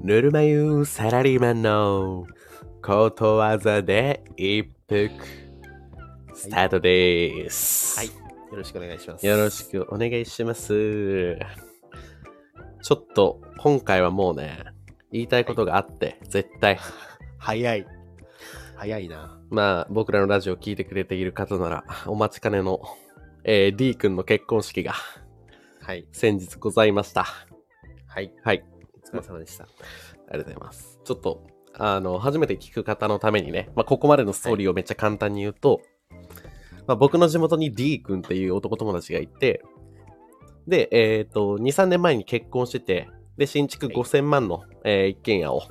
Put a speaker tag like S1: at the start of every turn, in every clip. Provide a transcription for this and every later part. S1: ぬるま湯サラリーマンのことわざで一服スタートです、
S2: はいよろしくお願いします。
S1: よろしくお願いしますちょっと今回はもうね言いたいことがあって、絶対
S2: 早い。早いな。
S1: まあ僕らのラジオを聞いてくれている方ならお待ちかねの、えー、D 君の結婚式が
S2: はい。
S1: 先日ございました
S2: はい。
S1: はい
S2: お疲れ様でした。
S1: ありがとうございます。ちょっと、あの、初めて聞く方のためにね、まあ、ここまでのストーリーをめっちゃ簡単に言うと、まあ、僕の地元に D 君っていう男友達がいて、で、えっ、と、2、3年前に結婚してて、で、新築
S2: はい
S1: 5000万の、えー一軒家を、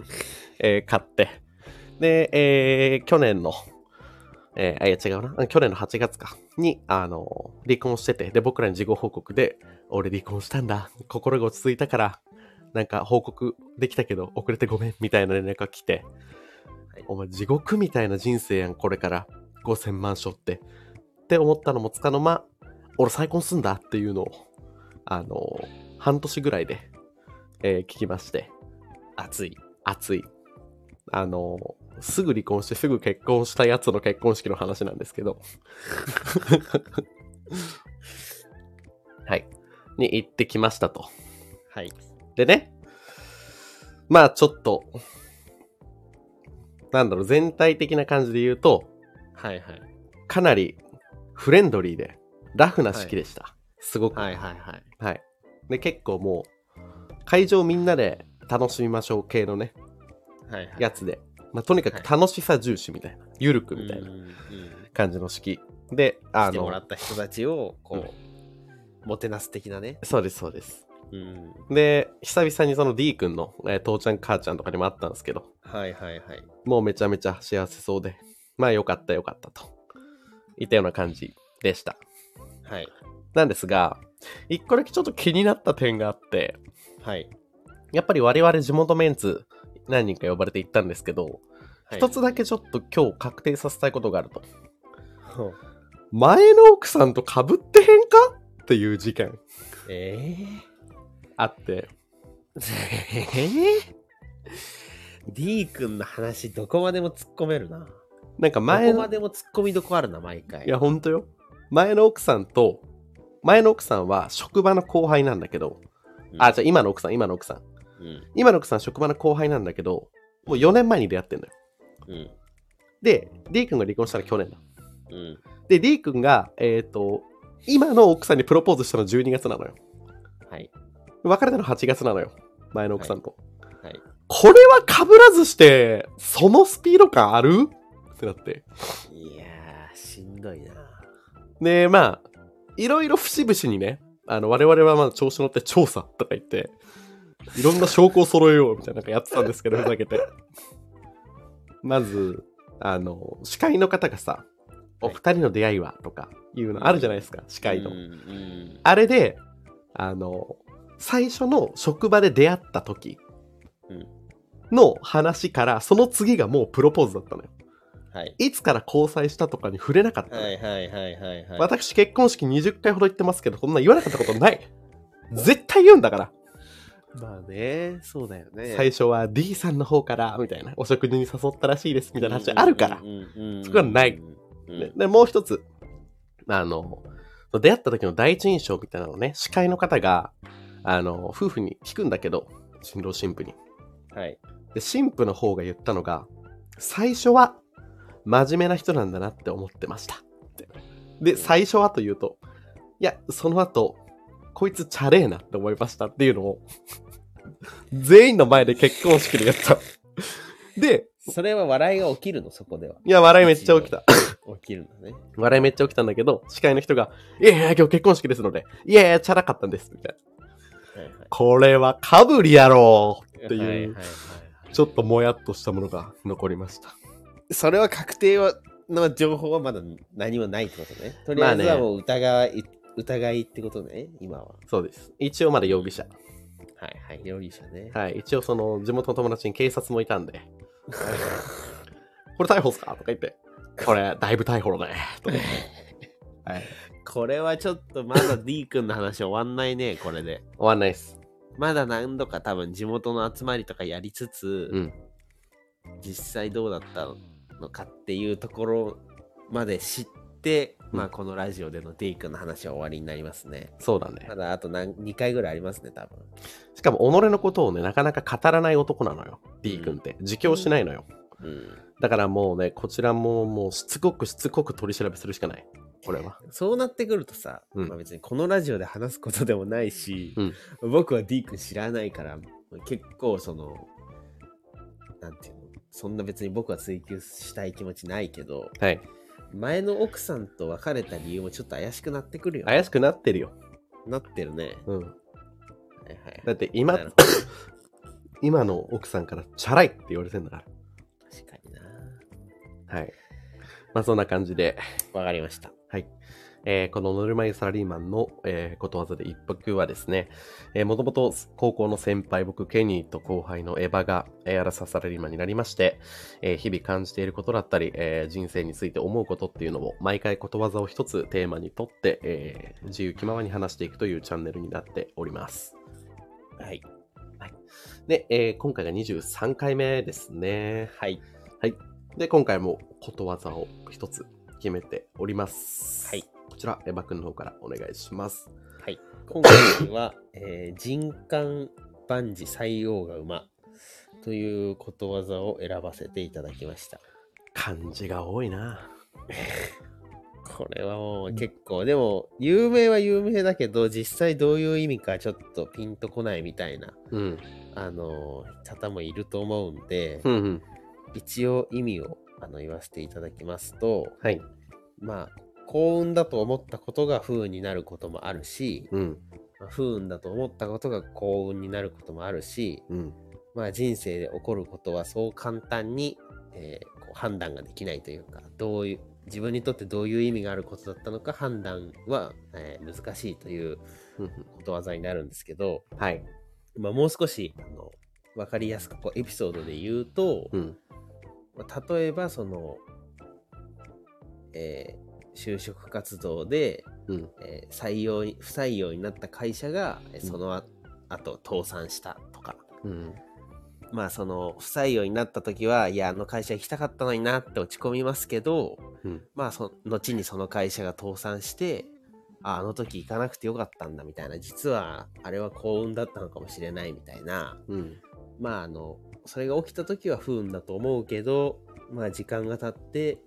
S1: えー買って、で、えー去年の、えーあ、いや違うなあ、去年の8月か、に、あの、離婚してて、で、僕らに事後報告で、俺離婚したんだ、心が落ち着いたから、なんか報告できたけど遅れてごめんみたいな連絡が来て、
S2: はい
S1: お前地獄みたいな人生やんこれから5000万しょってって思ったのもつかの間俺再婚すんだっていうのをあの半年ぐらいで、えー聞きまして
S2: 暑い。
S1: 熱いあのすぐ離婚してすぐ結婚したやつの結婚式の話なんですけ どはいに行ってきましたと
S2: はい。
S1: でね、まあちょっと、なんだろう、全体的な感じで言うと、
S2: はいはい。
S1: かなりフレンドリーで、ラフな式でした。すごく、
S2: はいはいはい。
S1: はい。で、結構もう、会場みんなで楽しみましょう系のね、
S2: はいはい。
S1: やつで、まあとにかく楽しさ重視みたいな、ゆるくみたいな
S2: うんうん
S1: 感じの式。で、あ
S2: 来てもら
S1: の、
S2: った人たちを、こう、もてなす的なね。
S1: そうです、そうです。
S2: うん。
S1: で、久々にその D 君の、えー父ちゃん、母ちゃんとかにも会ったんですけど、
S2: はいはいはい。
S1: もうめちゃめちゃ幸せそうで、まあよかったよかったと。いったような感じでした。
S2: はい。
S1: なんですが、一個だけちょっと気になった点があって、
S2: はい。
S1: やっぱり我々地元メンツ何人か呼ばれて行ったんですけど、
S2: はい
S1: 一、つだけちょっと今日確定させたいことがあると。
S2: ほう
S1: 前の奥さんと被ってへんかっていう事件
S2: え
S1: あって、
S2: えええ ?D 君の話、どこまでも突っ込めるな。
S1: なんか
S2: 前
S1: 前
S2: どこ
S1: の
S2: ま、でも突っ込みどこあるな、毎回。
S1: いやほんとよ。前の奥さんと、前の奥さんは職場の後輩なんだけど、
S2: うん
S1: あ、じゃあ今の奥さん、今の奥さん。
S2: うん。
S1: 今の奥さん職場の後輩なんだけど、もう4年前に出会ってんのよ。
S2: うん。
S1: で、D 君が離婚したの去年だ。
S2: うん。
S1: で、D 君が、えっ、と、今の奥さんにプロポーズしたの12月なのよ。
S2: はい。
S1: 別れたの8月なのよ。前の奥さんと。
S2: はい。
S1: これは被らずして、そのスピード感あるってなって。
S2: いやー、しんどいな。
S1: で、まあ、いろいろ節々にね、あの、我々はまだ調子乗って調査とか言って、いろんな証拠を揃えようみたいなのやってたんですけど、 ふざけて。まず、あの、司会の方がさ、お二人の出会いはとかいうのあるじゃないですか、司会の。
S2: うん
S1: あれで、あの、最初の職場で出会った時
S2: うん
S1: の話から、その次がもうプロポーズだったのよ。
S2: はい。
S1: いつから交際したとかに触れなかったのよ
S2: はいはいはいはいはい。
S1: 私結婚式20回ほど行ってますけど、こんなん言わなかったことない。絶対言うんだから。
S2: まあね、そうだよね。
S1: 最初は D さんの方から、みたいな、お食事に誘ったらしいです、みたいな話あるから
S2: うん。うんうん。
S1: そこはない
S2: うん。
S1: で、でもう一つ、あの、出会った時の第一印象みたいなのをね、司会の方が、あの、夫婦に聞くんだけど、新郎新婦に。
S2: はい。
S1: で、新婦の方が言ったのが、最初は、真面目な人なんだなって思ってました。ってで、最初はというと、いや、その後、こいつチャレーなって思いましたっていうのを、全員の前で結婚式でやった。で、
S2: それは笑いが起きるの、そこでは。
S1: いや、笑いめっちゃ起きた。
S2: 起きるんだね。
S1: 笑いめっちゃ起きたんだけど、司会の人が、いやいや、今日結婚式ですので、いやいや、チャラかったんです、みたいな。
S2: はいはい。
S1: これはかぶりやろうって
S2: はいはい
S1: いう、
S2: はい
S1: ちょっともやっとしたものが残りました。
S2: それは確定はの情報はまだ何もないってことね。とりあえず
S1: まあ
S2: は
S1: ね
S2: もう疑い、疑いってことね、今は。
S1: そうです。一応まだ容疑者。
S2: はいはい、容疑者ね。
S1: はい。一応その、地元の友達に警察もいたんで、これ逮捕っすかとか言って、これ、だいぶ逮捕だね。とか言 ってはい。
S2: これはちょっとまだ D 君の話終わんないね、これで。
S1: 終わんないっす。
S2: まだ何度か多分地元の集まりとかやりつつ、
S1: うん
S2: 実際どうだったのかっていうところまで知って、
S1: うん
S2: まあこのラジオでの D 君の話は終わりになりますね。
S1: そうだね
S2: ま。だあと何2回ぐらいありますね、多分。
S1: しかも、己のことをね、なかなか語らない男なのよ。D 君って。自供しないのよ。
S2: うん、
S1: だからもうね、こちらももうしつこくしつこく取り調べするしかない。これは。
S2: そうなってくるとさ、
S1: うん
S2: まあ、別にこのラジオで話すことでもないし、僕は D 君知らないから結構そのなんていうのそんな別に僕は追求したい気持ちないけど
S1: はい。
S2: 前の奥さんと別れた理由もちょっと怪しくなってくるよね
S1: 怪しくなってるよ。
S2: なってるね
S1: うん。
S2: はいはい
S1: だって今
S2: なるほど
S1: 今の奥さんからチャラいって言われてんだか
S2: 確かにな
S1: ら。はい。まあそんな感じで、
S2: わかりました
S1: はい。えーこのぬるま湯サラリーマンの、えーことわざで一泊はですね、えー、もともと高校の先輩、僕、ケニーと後輩のエヴァが、えー、アラサーサラリーマンになりまして、えー日々感じていることだったり、えー人生について思うことっていうのを、毎回ことわざを一つテーマにとって、えー自由気ままに話していくというチャンネルになっております。
S2: はい
S1: で、えー今回が23回目ですね。
S2: はい
S1: で、今回もことわざを一つ決めております。
S2: はい。
S1: こちら、エヴァ君の方からお願いします。
S2: はい今回は、えー人間万事塞王が馬ということわざを選ばせていただきました
S1: 漢字が多いな。
S2: これはもう結構、でも有名は有名だけど実際どういう意味かちょっとピンとこないみたいな
S1: うん。
S2: あの方もいると思うんで、
S1: うんうん。
S2: 一応意味をあの言わせていただきますと
S1: はい。
S2: まあ幸運だと思ったことが不運になることもあるし、
S1: うん。
S2: まあ不運だと思ったことが幸運になることもあるし、
S1: うん。
S2: まあ、人生で起こることはそう簡単に、えーこう判断ができないというかどういう自分にとってどういう意味があることだったのか判断は、えー難しいという
S1: うんうん
S2: ことわざになるんですけど、
S1: はい。
S2: まあ、もう少しあの分かりやすくこうエピソードで言うと、
S1: うん。
S2: まあ例えばその、えー就職活動で、
S1: うん。
S2: えー採用に不採用になった会社がえー
S1: うん
S2: そのあ後倒産したとか。
S1: うん。
S2: まあその不採用になった時はいやあの会社行きたかったのになって落ち込みますけど
S1: うん。
S2: まあそ後にその会社が倒産してああの時行かなくてよかったんだみたいな実はあれは幸運だったのかもしれないみたいな
S1: うん。
S2: まああのそれが起きた時は不運だと思うけどまあ時間が経って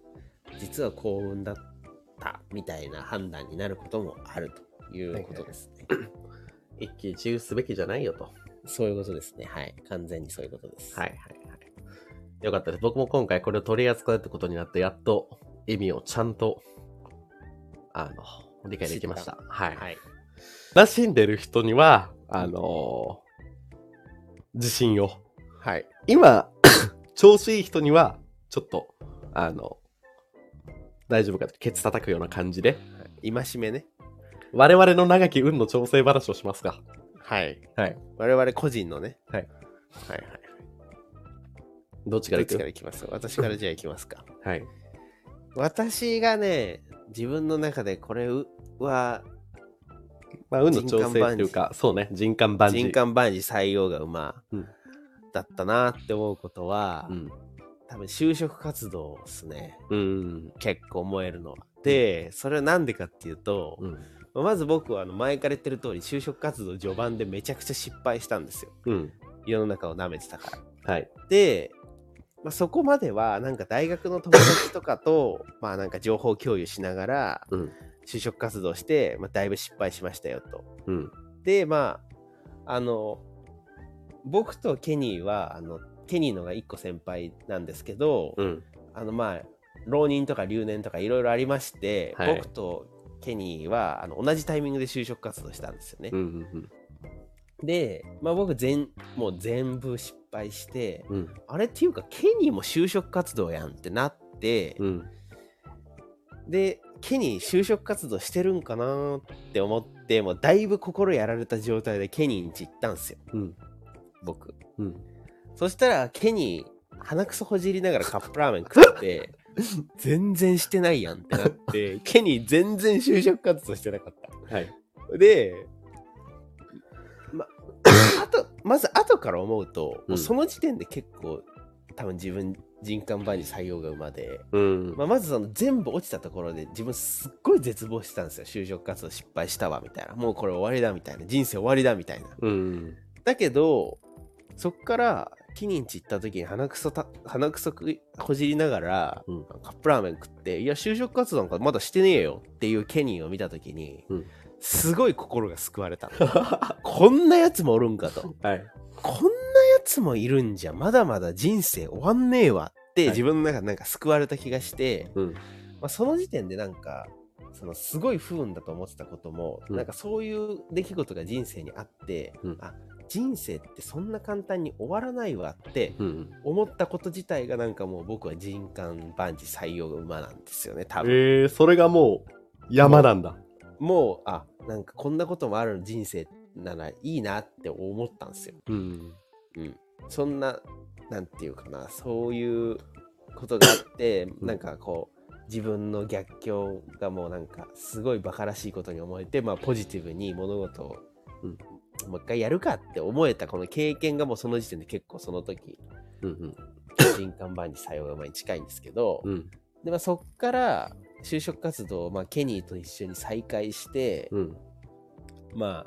S2: 実は幸運だったみたいな判断になることもあるということですね。
S1: 一喜一憂すべきじゃないよと。
S2: そういうことですね。はい。完全にそういうことです。
S1: はいはいはい。よかったです。僕も今回これを取り扱うってことになって、やっと意味をちゃんと、あの、理解できました。はい。
S2: はい。
S1: なしんでる人には、あの自信を。
S2: はい。
S1: 今、調子いい人には、ちょっと、あの、大丈夫かと、ケツ叩くような感じで、
S2: 戒めね。
S1: 我々の長き運の調整話をしますが、
S2: はい。
S1: はい。
S2: 我々個人のね。
S1: はい。
S2: はいはい。
S1: どっちか
S2: ど
S1: ら
S2: っ
S1: いく
S2: ちからいきます私からじゃあいきますか。
S1: はい。
S2: 私がね、自分の中でこれは
S1: まあ、運の調整っていうか、そうね、人間万事。
S2: 人間万事採用が馬
S1: うん
S2: だったなって思うことは、
S1: うん。
S2: 多分就職活動ですね。
S1: うん。
S2: 結構思えるのは。で、それはなんでかっていうと、
S1: うん。
S2: まず僕はあの前から言ってる通り、就職活動序盤でめちゃくちゃ失敗したんですよ。
S1: うん。
S2: 世の中を舐めてたから。
S1: はい。
S2: で、まあ、そこまではなんか大学の友達とかとまあなんか情報共有しながら
S1: うん。
S2: 就職活動して、まあ、だいぶ失敗しましたよと。
S1: うん。
S2: でまああの僕とケニーはあのケニーのが1個先輩なんですけど、
S1: うん。
S2: あのまあ浪人とか留年とかいろいろありまして、
S1: はい
S2: 僕とケニーはあの同じタイミングで就職活動したんですよね。
S1: うん。うん。
S2: で、まあ、僕全もう全部失敗して、
S1: うん。
S2: あれっていうかケニーも就職活動やんってなって、
S1: うん。
S2: でケニー就職活動してるんかなーって思ってもうだいぶ心やられた状態でケニーに行ったんすよ
S1: うん。
S2: 僕
S1: うん。
S2: そしたらケニー鼻くそほじりながらカップラーメン食って 全然してないやんってなってケニー全然就職活動してなかった
S1: はい。
S2: で、ま、あまず後から思うと、
S1: うん
S2: その時点で結構多分自分人間版に採用が馬で、
S1: うん。
S2: まあ、まずその全部落ちたところで自分すっごい絶望してたんですよ就職活動失敗したわみたいなもうこれ終わりだみたいな人生終わりだみたいな
S1: うん。
S2: だけどそっからキニンチ行った時に鼻くそた鼻くそ食いほじりながら、
S1: うん
S2: カップラーメン食っていや就職活動なんかまだしてねえよっていうケニーを見た時に、
S1: うん
S2: すごい心が救われたのこんなやつもおるんかと
S1: はい。
S2: こんなやつもいるんじゃまだまだ人生終わんねえわって
S1: い
S2: 自分の中でなんか救われた気がして、
S1: うん。
S2: まあ、その時点でなんかそのすごい不運だと思ってたことも、
S1: うん
S2: なんかそういう出来事が人生にあって、
S1: うん
S2: あ人生ってそんな簡単に終わらないわって
S1: うん。
S2: 思ったこと自体がなんかもう僕は人間万事採用が馬なんですよね多分、
S1: えー、それがもう山なんだ。
S2: もうあなんかこんなこともある人生ならいいなって思ったんですよ
S1: うん。
S2: そんな、なんていうかな、そういうことがあって、
S1: うん
S2: なんかこう、自分の逆境がもうなんか、すごいバカらしいことに思えて、まあ、ポジティブに物事を、
S1: うん
S2: もう一回やるかって思えたこの経験がもうその時点で結構その時、
S1: うん。
S2: 人間版に採用がまあ近いんですけど、
S1: うん。
S2: で、まあ、そっから、就職活動を、まあ、ケニーと一緒に再開して、
S1: うん。
S2: まあ、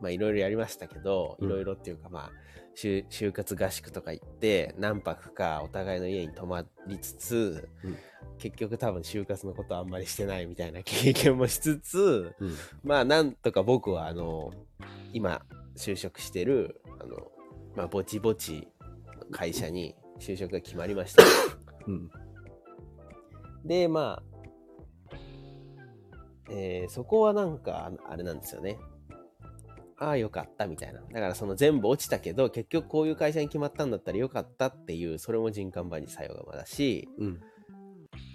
S2: まあいろいろやりましたけど、
S1: うん
S2: いろいろっていうかまあ、就就活合宿とか行って、何泊かお互いの家に泊まりつつ、
S1: うん
S2: 結局多分就活のことあんまりしてないみたいな経験もしつつ、
S1: うん。
S2: まあなんとか僕はあの、今就職してる、あの、まあぼちぼち会社に就職が決まりました。
S1: うん。
S2: で、まあ、えーそこはなんか、ああれなんですよね。ああ、よかったみたいな。だからその全部落ちたけど、結局こういう会社に決まったんだったらよかったっていう、それも人間版に作用がまだし、
S1: うん。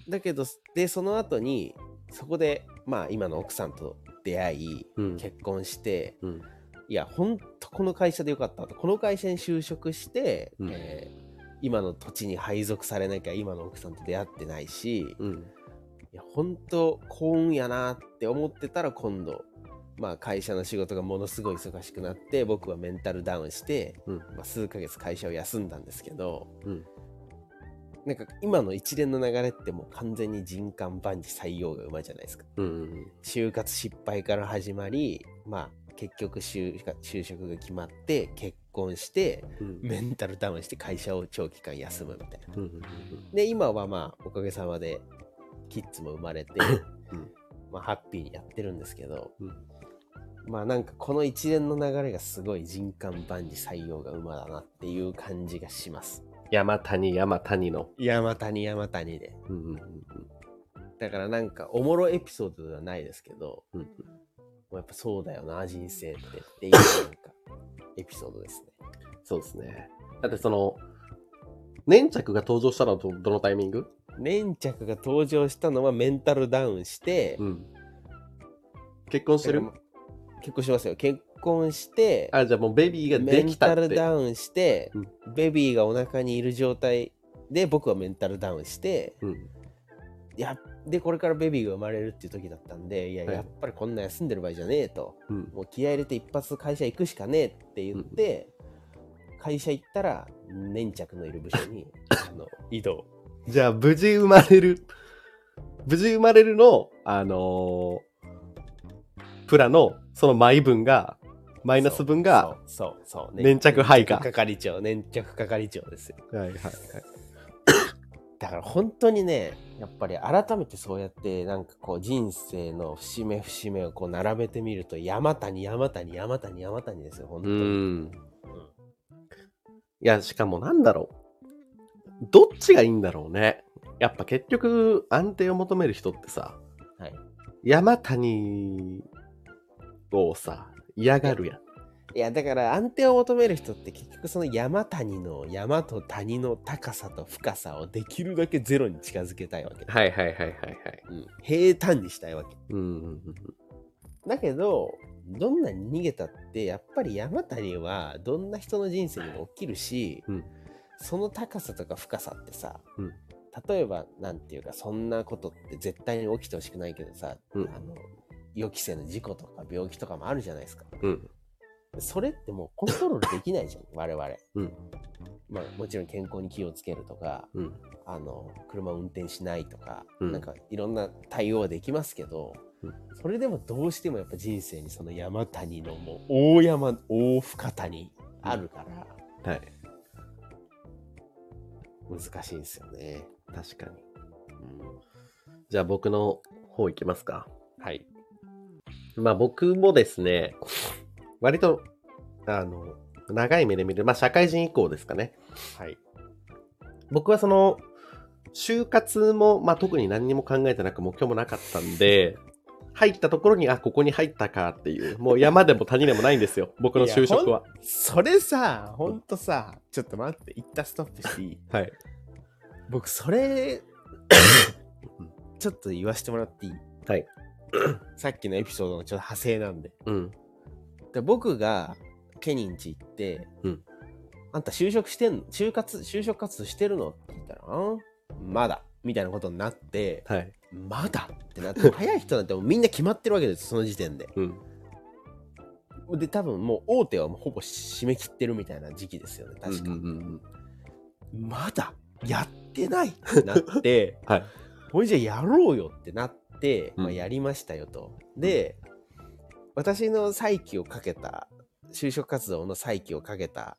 S2: だけど、で、その後に、そこで、まあ今の奥さんと出会い、
S1: うん。
S2: 結婚して、
S1: うん。
S2: いや、ほんとこの会社でよかったと。この会社に就職して、
S1: うん
S2: えー今の土地に配属されなきゃ今の奥さんと出会ってないし、
S1: うん。
S2: いや本当幸運やなって思ってたら今度、まあ、会社の仕事がものすごい忙しくなって僕はメンタルダウンして、
S1: うん。
S2: まあ、数ヶ月会社を休んだんですけど
S1: うん。
S2: なんか今の一連の流れってもう完全に人間万事採用が馬じゃないですか
S1: うん。
S2: 就活失敗から始まりまあ結局就就職が決まって結婚して
S1: うん。
S2: メンタルダウンして会社を長期間休むみたいな
S1: うん。
S2: で今はまあおかげさまでキッズも生まれて、
S1: ん
S2: まあ、ハッピーにやってるんですけど、
S1: うん
S2: まあなんかこの一連の流れがすごい人間万事採用が馬だなっていう感じがします
S1: 山谷山谷の。
S2: 山谷山谷で
S1: うん。うん。
S2: だからなんかおもろエピソードではないですけど
S1: うん。
S2: もうやっぱそうだよな人生ってっていうなんか エピソードですね
S1: そうですね。だってその、粘着が登場したのはどどのタイミング
S2: 粘着が登場したのはメンタルダウンして、
S1: ん。結婚してる
S2: 結婚しますよ結婚して
S1: あ、じゃあもうベビーが
S2: メ
S1: で
S2: ン
S1: きた
S2: タ
S1: っ
S2: ル
S1: て。
S2: ダウンして、
S1: うん
S2: ベビーがお腹にいる状態で僕はメンタルダウンして
S1: うん。
S2: いやでこれからベビーが生まれるっていう時だったんでいや、
S1: はい
S2: やっぱりこんな休んでる場合じゃねえと
S1: うん。
S2: もう気合い入れて一発会社行くしかねえって言って、会社行ったら粘着のいる部署 にあの移動
S1: じゃあ、無事生まれる、 無事生まれるの、あのープラの、その毎分が、マ
S2: マ
S1: イナス分が、
S2: そうそうそう
S1: 粘着配下
S2: 係長粘着係長ですよ
S1: はいはいはい。
S2: だから本当にねやっぱり改めてそうやってなんかこう人生の節目節目をこう並べてみると山谷山谷山谷山谷ですよ本当
S1: う
S2: に、
S1: ん。いや、しかもなんだろう。どっちがいいんだろうね。やっぱ結局、安定を求める人ってさ、
S2: はい、
S1: 山谷をさ、嫌がるやん。
S2: いやだから安定を求める人って結局その山谷の山と谷の高さと深さをできるだけゼロに近づけたいわけ、
S1: はいはいはいはいはい。
S2: うん、平坦にしたいわけ
S1: うんうん
S2: だけどどんなに逃げたってやっぱり山谷はどんな人の人生にも起きるし、
S1: うん
S2: その高さとか深さってさ、
S1: うん
S2: 例えばなんていうかそんなことって絶対に起きてほしくないけどさ、
S1: うん
S2: あの予期せぬ事故とか病気とかもあるじゃないですか。
S1: うん。うん。
S2: それってもうコントロールできないじゃん、我々。
S1: うん
S2: まあ、もちろん健康に気をつけるとか、
S1: うん
S2: あの、車を運転しないとか、
S1: うん
S2: なんかいろんな対応はできますけど、
S1: うん
S2: それでもどうしてもやっぱ人生にその山谷のもう大山、大深谷あるから、
S1: はい
S2: 難しいんですよね。
S1: 確かに、じゃあ僕の方いきますか
S2: はい。
S1: まあ僕もですね割とあの長い目で見る、まあ、社会人以降ですかね
S2: はい。
S1: 僕はその就活も、まあ、特に何にも考えてなく目標もなかったんで入ったところにあここに入ったかっていうもう山でも谷でもないんですよ僕の就職は
S2: それさ、ほんとさ、ちょっと待って、一旦ストップしていい
S1: はい
S2: 僕それちょっと言わせてもらっていい
S1: はい
S2: さっきのエピソードのちょっと派生なんで
S1: うん
S2: で僕がケニーんち行って、
S1: うん
S2: あんた就職してんの就活就職活動してるのって言ったらうんまだみたいなことになって
S1: はい
S2: まだってなって 早い人なんてもうみんな決まってるわけですその時点で
S1: うん
S2: で多分もう大手はもうほぼ締め切ってるみたいな時期ですよね確か、
S1: うんうんうん
S2: まだやってないってなって
S1: はい
S2: ほいじゃあやろうよってなって、
S1: うん
S2: まあ、やりましたよと。で、私の再起をかけた、就職活動の再起をかけた、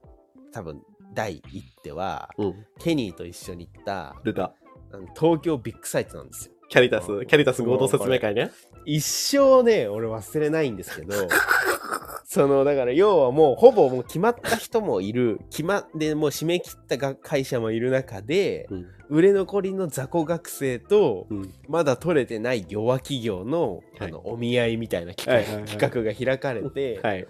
S2: 多分第一手は、
S1: うん
S2: ケニーと一緒に行った、
S1: 出た
S2: あの東京ビッグサイトなんですよ。
S1: キャリタスキャリタス合同説明会ね
S2: 一生ね、俺忘れないんですけ ど、その、だから要はもうほぼもう決まった人もいる、決まってもう締め切ったが会社もいる中で、
S1: うん
S2: 売れ残りの雑魚学生と、
S1: うん
S2: まだ取れてない弱企業の,、
S1: はい
S2: あのお見合いみたいな企画,、
S1: はいはいはい
S2: が開かれて、
S1: はい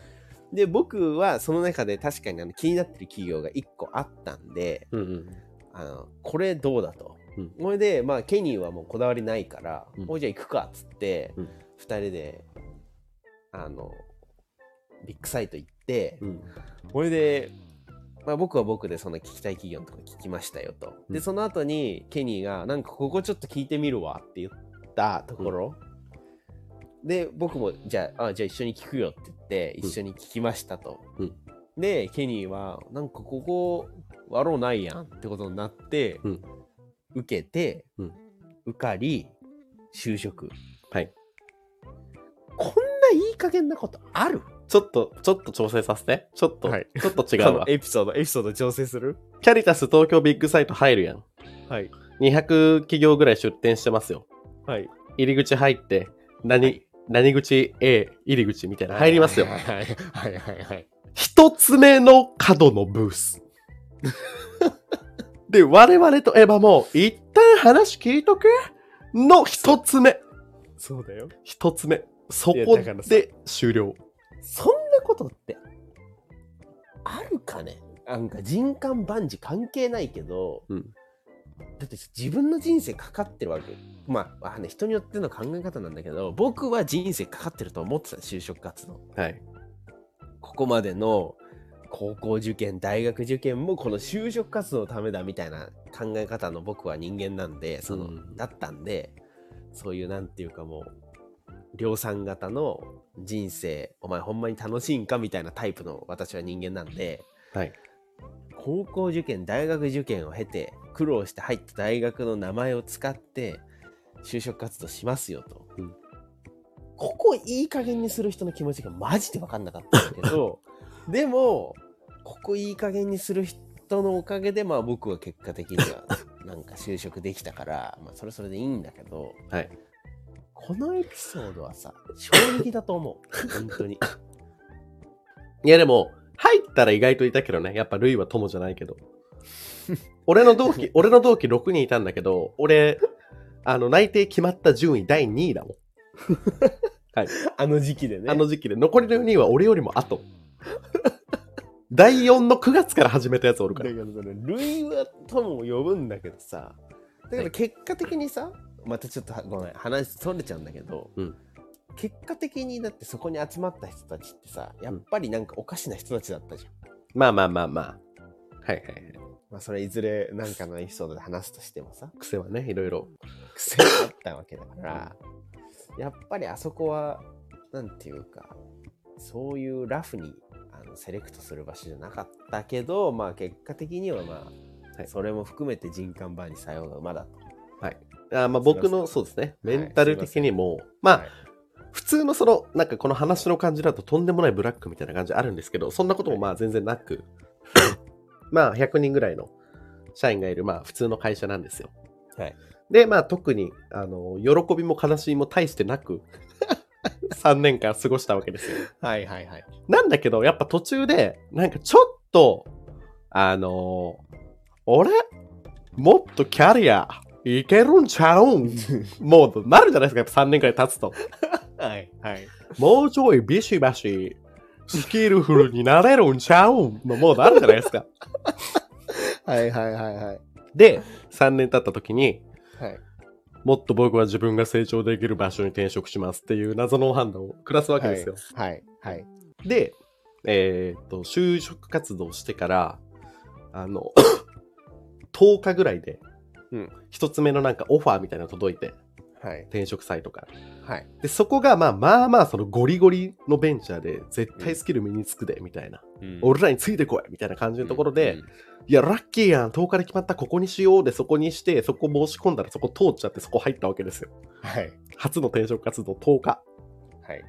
S2: で僕はその中で確かにあの気になってる企業が1個あったんで
S1: うんうん
S2: あのこれどうだと。
S1: うん
S2: それで、まあ、ケニーはもうこだわりないから、
S1: うん
S2: もうじゃあ行くかっつって、
S1: うん
S2: 2人であのビッグサイト行って、
S1: うん
S2: これで、まあ、僕は僕でその聞きたい企業のとこ聞きましたよと。
S1: う
S2: で、
S1: ん
S2: その後にケニーが、なんかここちょっと聞いてみるわって言ったところ、で、僕も、じゃあ、あじゃあ一緒に聞くよって言って、
S1: うん
S2: 一緒に聞きましたと。
S1: うん
S2: で、ケニーは、なんかここ割ろうないやんってことになって、
S1: うん
S2: 受けて、
S1: うん
S2: 受かり、就職。
S1: はい
S2: こんないい加減なことある
S1: ちょっとちょっと調整させてちょっと、
S2: はい
S1: ちょっと違
S2: そう
S1: わ
S2: のエピソード、エピソード調整する
S1: キャリタス東京ビッグサイト入るやん
S2: はい。
S1: 200企業ぐらい出店してますよ
S2: はい。
S1: 入り口入って何、何口 A 入り口みたいな入りますよ
S2: はいはいはいはいはい。
S1: 一つ目の角のブー スで我々とエヴァも一旦話聞いとくの一つ目
S2: そうだよ。
S1: 一つ目そ
S2: いや
S1: こ
S2: だからさ
S1: で終了
S2: そんなことってあるかねなんか人間万事関係ないけど、
S1: うん
S2: だって自分の人生かかってるわけ。まあ、あの人によっての考え方なんだけど、僕は人生かかってると思ってた、就職活動。
S1: はい
S2: ここまでの高校受験、大学受験もこの就職活動のためだみたいな考え方の僕は人間なんで、その、
S1: うん
S2: だったんで、そういうなんていうかもう、量産型の人生、お前ほんまに楽しいんかみたいなタイプの私は人間なんで、
S1: はい
S2: 高校受験、大学受験を経て、苦労して入った大学の名前を使って、就職活動しますよと。
S1: うん
S2: ここいい加減にする人の気持ちがマジで分かんなかったんだけ ど、でも、ここいい加減にする人のおかげで、まあ僕は結果的にはなんか就職できたから、まあそれそれでいいんだけど、
S1: はい
S2: このエピソードはさ、衝撃だと思う。本 当に。
S1: いやでも、入ったら意外といたけどね。やっぱルイは友じゃないけ ど。俺の同期、俺の同期6人いたんだけど、俺、あの、内定決まった順位第2位だも
S2: あの時期で
S1: ん。
S2: ね。
S1: あの時期で。残りの4人は俺よりも後。 第4の9月から始めたやつおるか
S2: だ
S1: ら
S2: か。らその類はとも呼ぶんだけどさだから結果的にさ、またちょっとはごめん話それちゃうんだけど、
S1: うん
S2: 結果的にだってそこに集まった人たちってさやっぱりなんかおかしな人たちだったじゃん、
S1: まあまあまあまあ。はいはいはい。
S2: まあ、それいずれなんかのエピソードで話すとしても さ
S1: 癖はね、いろいろ。
S2: 癖があったわけだからやっぱりあそこはなんていうかそういうラフにああのセレクトする場所じゃなかったけど、まあ、結果的には、まあ
S1: はい
S2: それも含めて人間バーにさようが馬だと。
S1: あーまあ僕のそうですねメンタル的にも、まあ
S2: はい
S1: 普通のそのなんかこの話の感じだととんでもないブラックみたいな感じあるんですけどそんなこともまあ全然なく まあ100人ぐらいの社員がいるまあ普通の会社なんですよ
S2: はい
S1: でまあ特にあの喜びも悲しみも大してなく 3年間過ごしたわけですよ
S2: はいはいはい。
S1: なんだけどやっぱ途中でなんかちょっとあの俺もっとキャリアいけるんちゃうんモードなるじゃないですかやっぱ3年くらい経つと
S2: はいはい。
S1: もうちょいビシバシスキルフルになれるんちゃうんのモードあるじゃないですか。
S2: はいはいはいはい。
S1: で、3年経った時に、
S2: はい、
S1: もっと僕は自分が成長できる場所に転職しますっていう謎の判断を下すわけですよ。
S2: はいはい。
S1: で、えーっと、就職活動してから、あの、10日ぐらいで、
S2: うん
S1: 一つ目のなんかオファーみたいなの届いて、
S2: はい
S1: 転職サイトから。
S2: はい。
S1: で、そこがまあまあまあそのゴリゴリのベンチャーで、絶対スキル身につくで、みたいな。俺らについてこいみたいな感じのところで、
S2: うん、
S1: いや、ラッキーやん、10日で決まった、ここにしようで、そこにして、そこ申し込んだら、そこ通っちゃって、そこ入ったわけですよ。
S2: はい
S1: 初の転職活動10日。
S2: はい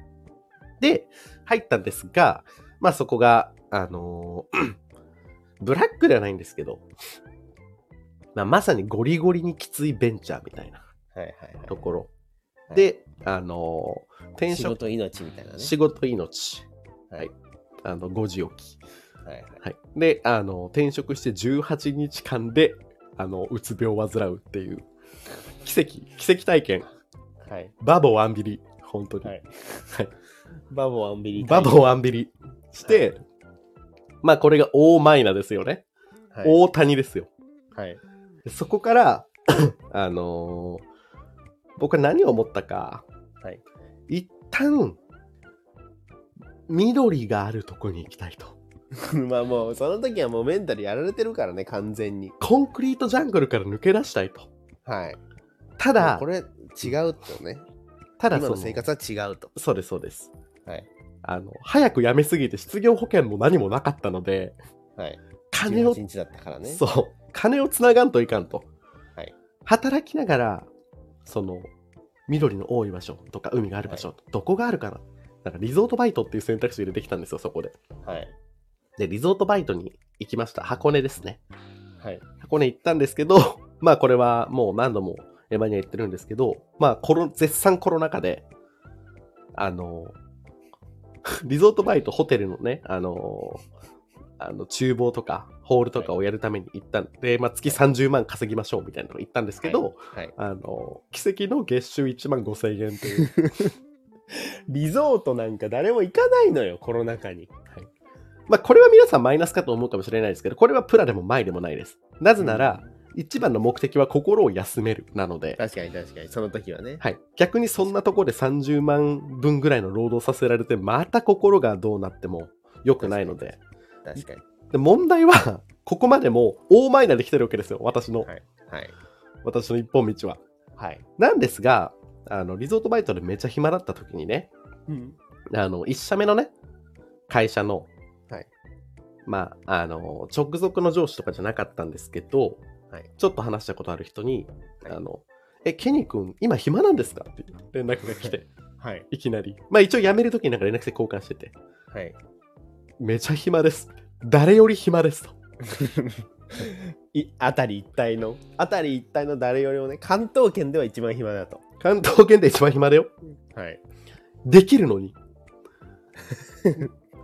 S1: で、入ったんですが、まあそこが、あのー ブラックではないんですけど、まあ、まさにゴリゴリにきついベンチャーみたいな
S2: はいはいはい。
S1: ところ。
S2: はい
S1: で、あのー転
S2: 仕
S1: 職、
S2: 事命みたいなね。
S1: 仕事命、
S2: はい
S1: あの、5時起き。
S2: はいはい。
S1: はい、であの転職して18日間であのうつ病を患うっていう奇跡奇跡体験
S2: はい。
S1: バボアンビリ本当に、
S2: はい。バボアンビリ
S1: バボアンビリして、まあこれが大マイナですよね、
S2: はい。
S1: 大谷ですよ
S2: はい。
S1: でそこから あのー僕は何を思ったか、
S2: はい
S1: 一旦緑があるとこに行きたいと
S2: まあもう、その時はもうメンタルやられてるからね、完全に。
S1: コンクリートジャングルから抜け出したいと
S2: はい。
S1: た
S2: ただ、
S1: だ
S2: これ違うとね。
S1: ただ
S2: 今の
S1: そ
S2: 生活は違うと。
S1: そうです、そうです。
S2: はい。
S1: あの、早く辞めすぎて失業保険も何もなかったので、
S2: はい。
S1: 金を、
S2: 18日だったからね。
S1: そう、金をつながんといかんと。
S2: はい
S1: 働きながら、その、緑の多い場所とか海がある場所、どこがあるかな。なんかリゾートバイトっていう選択肢入れてきたんですよ、そこで。
S2: はい。
S1: で、リゾートバイトに行きました。箱根ですね。
S2: はい。
S1: 箱根行ったんですけど、 まあこれはもう何度もエヴァには言ってるんですけど、まあコロ、絶賛コロナ禍で、あの、 リゾートバイトホテルのね、あの、あの厨房とかホールとかをやるために行ったんで、まあ月30万稼ぎましょうみたいなのを行ったんですけど、
S2: はい。
S1: あの、奇跡の月収1万5千円という
S2: リゾートなんか誰も行かないのよ、コロナ禍に。
S1: まあこれは皆さんマイナスかと思うかもしれないですけど、これはプラでもマイでもないです。なぜなら、一番の目的は心を休めるなので、
S2: 確かに確かに、その時はね。
S1: はい、逆にそんなところで30万分ぐらいの労働させられてまた心がどうなっても良くないので
S2: 確かに。
S1: で問題はここまでも大マイナーできてるわけですよ私の、
S2: はい。はい。
S1: 私の一本道は
S2: はい。
S1: なんですがあのリゾートバイトでめっちゃ暇だった時にね
S2: うん。
S1: あの1社目のね会社の、
S2: はい
S1: まああの直属の上司とかじゃなかったんですけど、
S2: はい
S1: ちょっと話したことある人に「
S2: はい
S1: あのえケニー君今暇なんですか?」って連絡が来て
S2: はい。
S1: いきなり。まあ一応辞めるときになんか連絡先交換してて、
S2: はい。
S1: めちゃ暇です。誰より暇ですと。
S2: い辺り一帯の辺り一帯の誰よりもね関東圏では一番暇だと
S1: 関東圏で一番暇だよ。
S2: はい
S1: できるの に。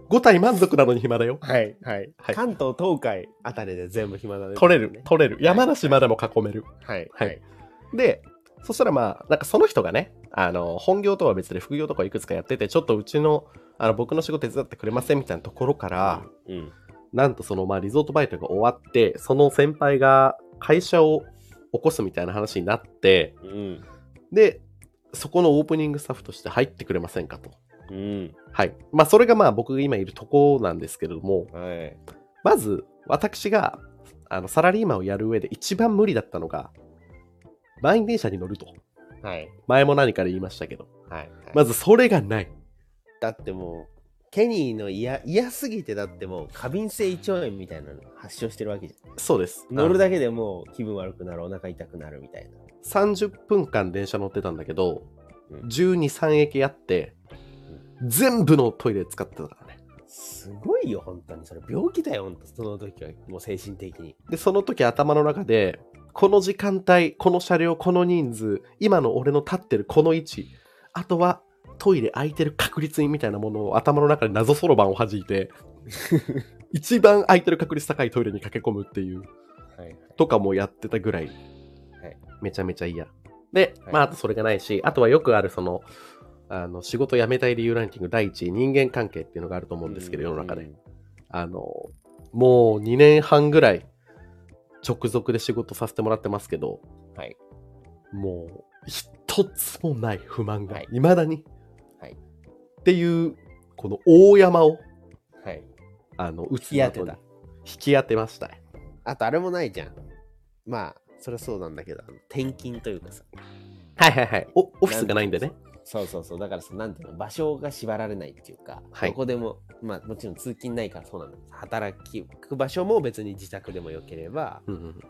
S1: 5体満足なのに暇だよ。
S2: はいはい、
S1: はい
S2: 関東東海あたりで全部暇だね
S1: 取れる、取れる。山梨までも囲める。
S2: はい
S1: は
S2: はいい
S1: で、そしたらまあ、なんかその人がね、あの、本業とは別で副業とかいくつかやってて、ちょっとうちの、あの、僕の仕事手伝ってくれませんみたいなところから、
S2: うん
S1: なんとその、まあ、リゾートバイトが終わって、その先輩が会社を起こすみたいな話になって、
S2: うん
S1: で、そこのオープニングスタッフとして入ってくれませんかと。
S2: うん
S1: はい。まあ、それがまあ僕が今いるとこなんですけれども、
S2: はい
S1: まず私があのサラリーマンをやる上で一番無理だったのが、満員電車に乗ると。
S2: はい
S1: 前も何かで言いましたけど、
S2: はい
S1: まずそれがない。
S2: だってもうケニーの嫌、嫌すぎてだってもう過敏性胃腸炎みたいなの発症してるわけじゃん。
S1: そうです。
S2: 乗るだ
S1: け
S2: けでもう気分悪くなる、お腹痛くなるみたいな。
S1: 30分間電車乗ってたんだけど、
S2: うん
S1: 12、3駅あって、全部のトイレ使ってたからね。
S2: すごいよ、本当に。それ病気だよ、本当その時は。もう精神的に。
S1: で、その時頭の中で、この時間帯、この車両、この人数、今の俺の立ってるこの位置、あとはトイレ空いてる確率みたいなものを頭の中で謎そろばんを弾い て、一番空いてる確率高いトイレに駆け込むっていう、
S2: はいはい。
S1: とかもやってたぐらい、めちゃめちゃ嫌。で、
S2: はい
S1: まあ、あとそれがないし、あとはよくあるその、あの仕事辞めたい理由ランキング第1位、人間関係っていうのがあると思うんですけど、世の中で。。あの、もう2年半ぐらい直属で仕事させてもらってますけど、
S2: はい。
S1: もう一つもない不満が
S2: はい、
S1: いまだに、
S2: はい
S1: っていう、この大山を、
S2: はい。
S1: あの、打つ
S2: き当てた
S1: ことに引き当てましたね。
S2: あと、あれもないじゃん。まあ、そりゃそうなんだけど、あの転勤というかさ。
S1: はいはいはい。おオフィスがないんでね。
S2: そうそうそう。だからその、なんていうの、場所が縛られないっていうか、
S1: はい
S2: どこでも、まあ、もちろん通勤ないからそうなんだ。働きく場所も別に自宅でもよければ、
S1: うんうん、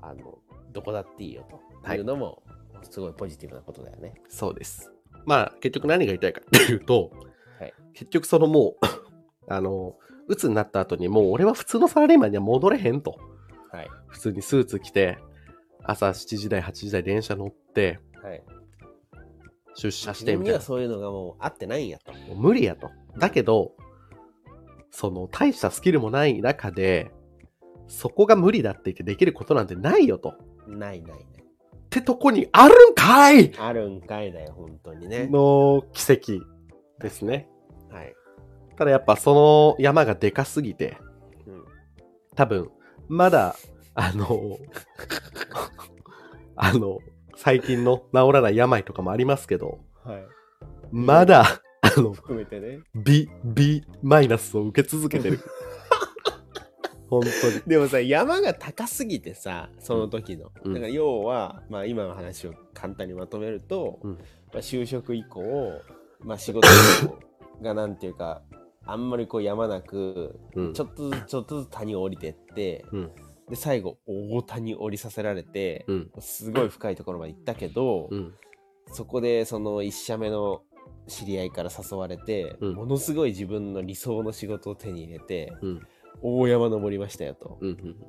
S2: あの、どこだっていいよと
S1: はい
S2: いうのも、すごいポジティブなことだよね。
S1: そうです。まあ、結局何が言いたいかって いうと、
S2: はい
S1: 結局そのもう、 あの、鬱になった後にもう俺は普通のサラリーマンには戻れへんと。
S2: はい。
S1: 普通にスーツ着て朝7時台8時台電車乗って
S2: はい。
S1: 出社し
S2: 自
S1: て
S2: 分
S1: みた
S2: に
S1: い
S2: は
S1: な
S2: そういうのがもう合ってないんやと。
S1: もう無理やとだけどその大したスキルもない中でそこが無理だって言ってできることなんてないよとっ
S2: ないないない。
S1: てとこにあるんかい
S2: あるんかいだよ、本当にね。
S1: の奇跡ですね
S2: はい。
S1: ただやっぱその山がでかすぎて
S2: うん
S1: 多分まだあの あの最近の治らない病とかもありますけど
S2: はい。
S1: まだあの
S2: 含めてね。
S1: B、B マイナスを受け続け てる。本当に。
S2: でもさ、山が高すぎてさ、その時の。
S1: うん
S2: だから要は、まあ今の話を簡単にまとめると、
S1: うん
S2: まあ、就職以降、まあ仕事がなんていうか、あんまりこう山なく、
S1: うん
S2: ちょっとずつちょっとずつ谷を降りてって、
S1: うん
S2: で最後大谷降りさせられて、
S1: うん
S2: すごい深いところまで行ったけど、
S1: うん
S2: そこでその1社目の知り合いから誘われて、
S1: うん
S2: ものすごい自分の理想の仕事を手に入れて、
S1: うん
S2: 大山登りましたよと。
S1: うんうん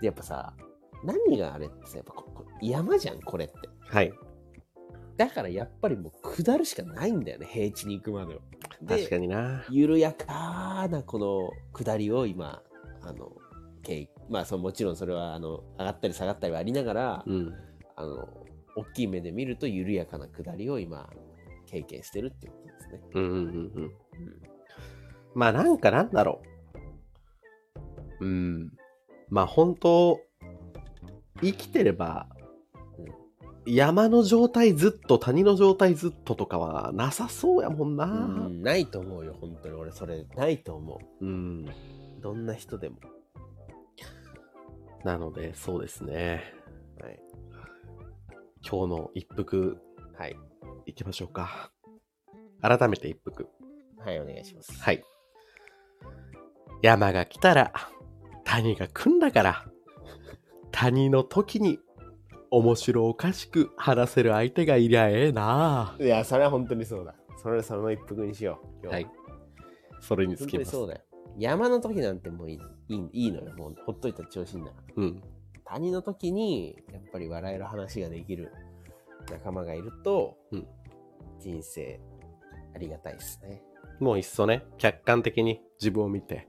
S2: でやっぱさ何があれってさやっぱここ山じゃんこれって。
S1: はい。
S2: だからやっぱりもう下るしかないんだよね平地に行くまでは。で
S1: 確かにな。
S2: 緩やかなこの下りを今あの経緯まあそうもちろんそれはあの上がったり下がったりはありながら、
S1: うん。
S2: あの大きい目で見ると緩やかな下りを今経験してるっていうことですね。
S1: うんうんうんうん。まあなんかなんだろう。うん。まあ本当、生きてれば、山の状態ずっと、谷の状態ずっととかはなさそうやもんな。
S2: うん、ないと思うよ本当に俺それないと思
S1: うん。
S2: うどんな人でも、
S1: なので、そうですね。
S2: はい
S1: 今日の一服
S2: はい
S1: いきましょうか。改めて一服。
S2: はいお願いします
S1: はい。山が来たら、谷が来んだから、谷の時に、面白おかしく話せる相手がいりゃええなあ
S2: いや、それは本当にそうだ。それはその一服にしよう。今日
S1: はい。それにつ
S2: 本
S1: き
S2: 当
S1: ま
S2: に
S1: す。
S2: そうだよ。山の時なんてもういいいいいいのよ。もうほっといたら調子いいんだから。
S1: うん。
S2: 谷の時に、やっぱり笑える話ができる仲間がいると、
S1: うん
S2: 人生ありがたいですね。
S1: もういっそね、客観的に自分を見て、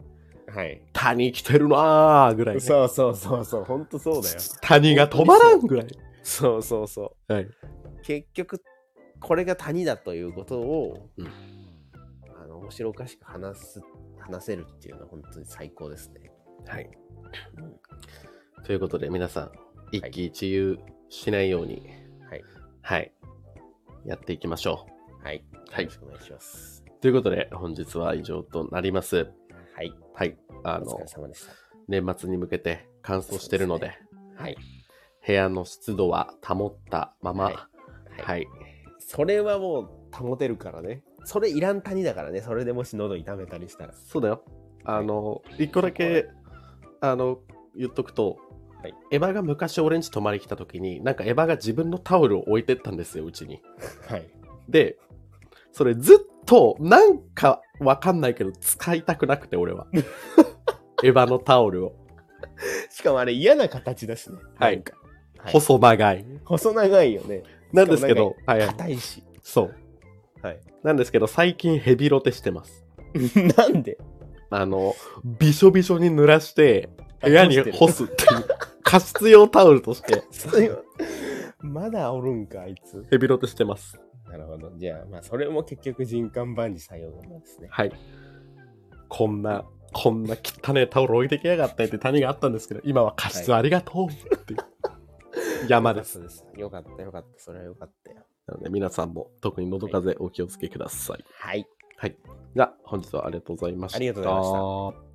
S2: はい。
S1: 谷来てるなあぐらいね、
S2: そうそうそうそう。本当そうだよ。
S1: 谷が止まらんぐらい。
S2: そうそうそ
S1: はい。
S2: う。結局、これが谷だということを、
S1: うん
S2: あの面白おかしく話す話せるっていうのは本当に最高ですね。
S1: はい。
S2: うん
S1: ということで皆さん一喜一憂しないように
S2: はい
S1: はい、やっていきましょ
S2: はい。
S1: はい
S2: よろしくお願いします。
S1: うということで本日は以上となります
S2: はい。
S1: はいあ
S2: お疲
S1: の
S2: れ様でした。
S1: 年末に向けて乾燥してるので
S2: はい。
S1: 部屋の湿度は保ったまま
S2: は
S1: はいい、
S2: それはもう保てるからね。それいらん谷だからね、それでもし喉痛めたりしたら。
S1: そうだよ。あの、一個だけ、あの、言っとくと、
S2: はい
S1: エヴァが昔俺んち泊まり来た時に、なんかエヴァが自分のタオルを置いてったんですよ、うちに。
S2: はい。
S1: で、それずっと、なんかわかんないけど、使いたくなくて、俺 は。エヴァのタオルを。
S2: しかもあれ嫌な形だしね。
S1: はい
S2: なんか。はい
S1: 細長い。
S2: 細長いよね。
S1: なんですけど、はいはい、
S2: 硬いし。
S1: そう。
S2: はい。
S1: なんですけど、最近ヘビロテしてます。
S2: なんで
S1: あの、びしょびしょに濡らして、部屋に干
S2: す。
S1: すっていう、加湿用タオルとして、
S2: まだおるんか、あいつ。
S1: ヘビロテしてます。
S2: なるほど。じゃあ、まあ、それも結局人間万事作用なんですね。
S1: はい。こんな、こんな汚ねタオル置いてきやがってって谷があったんですけど、今は加湿ありがとうっていう、 山です。
S2: そうです。よかった、よかった。それはよかったよ。
S1: なので皆さんも特に喉風邪お気をつけください。
S2: はい。
S1: じゃあ本日はありがとうございました。。
S2: ありがとうございました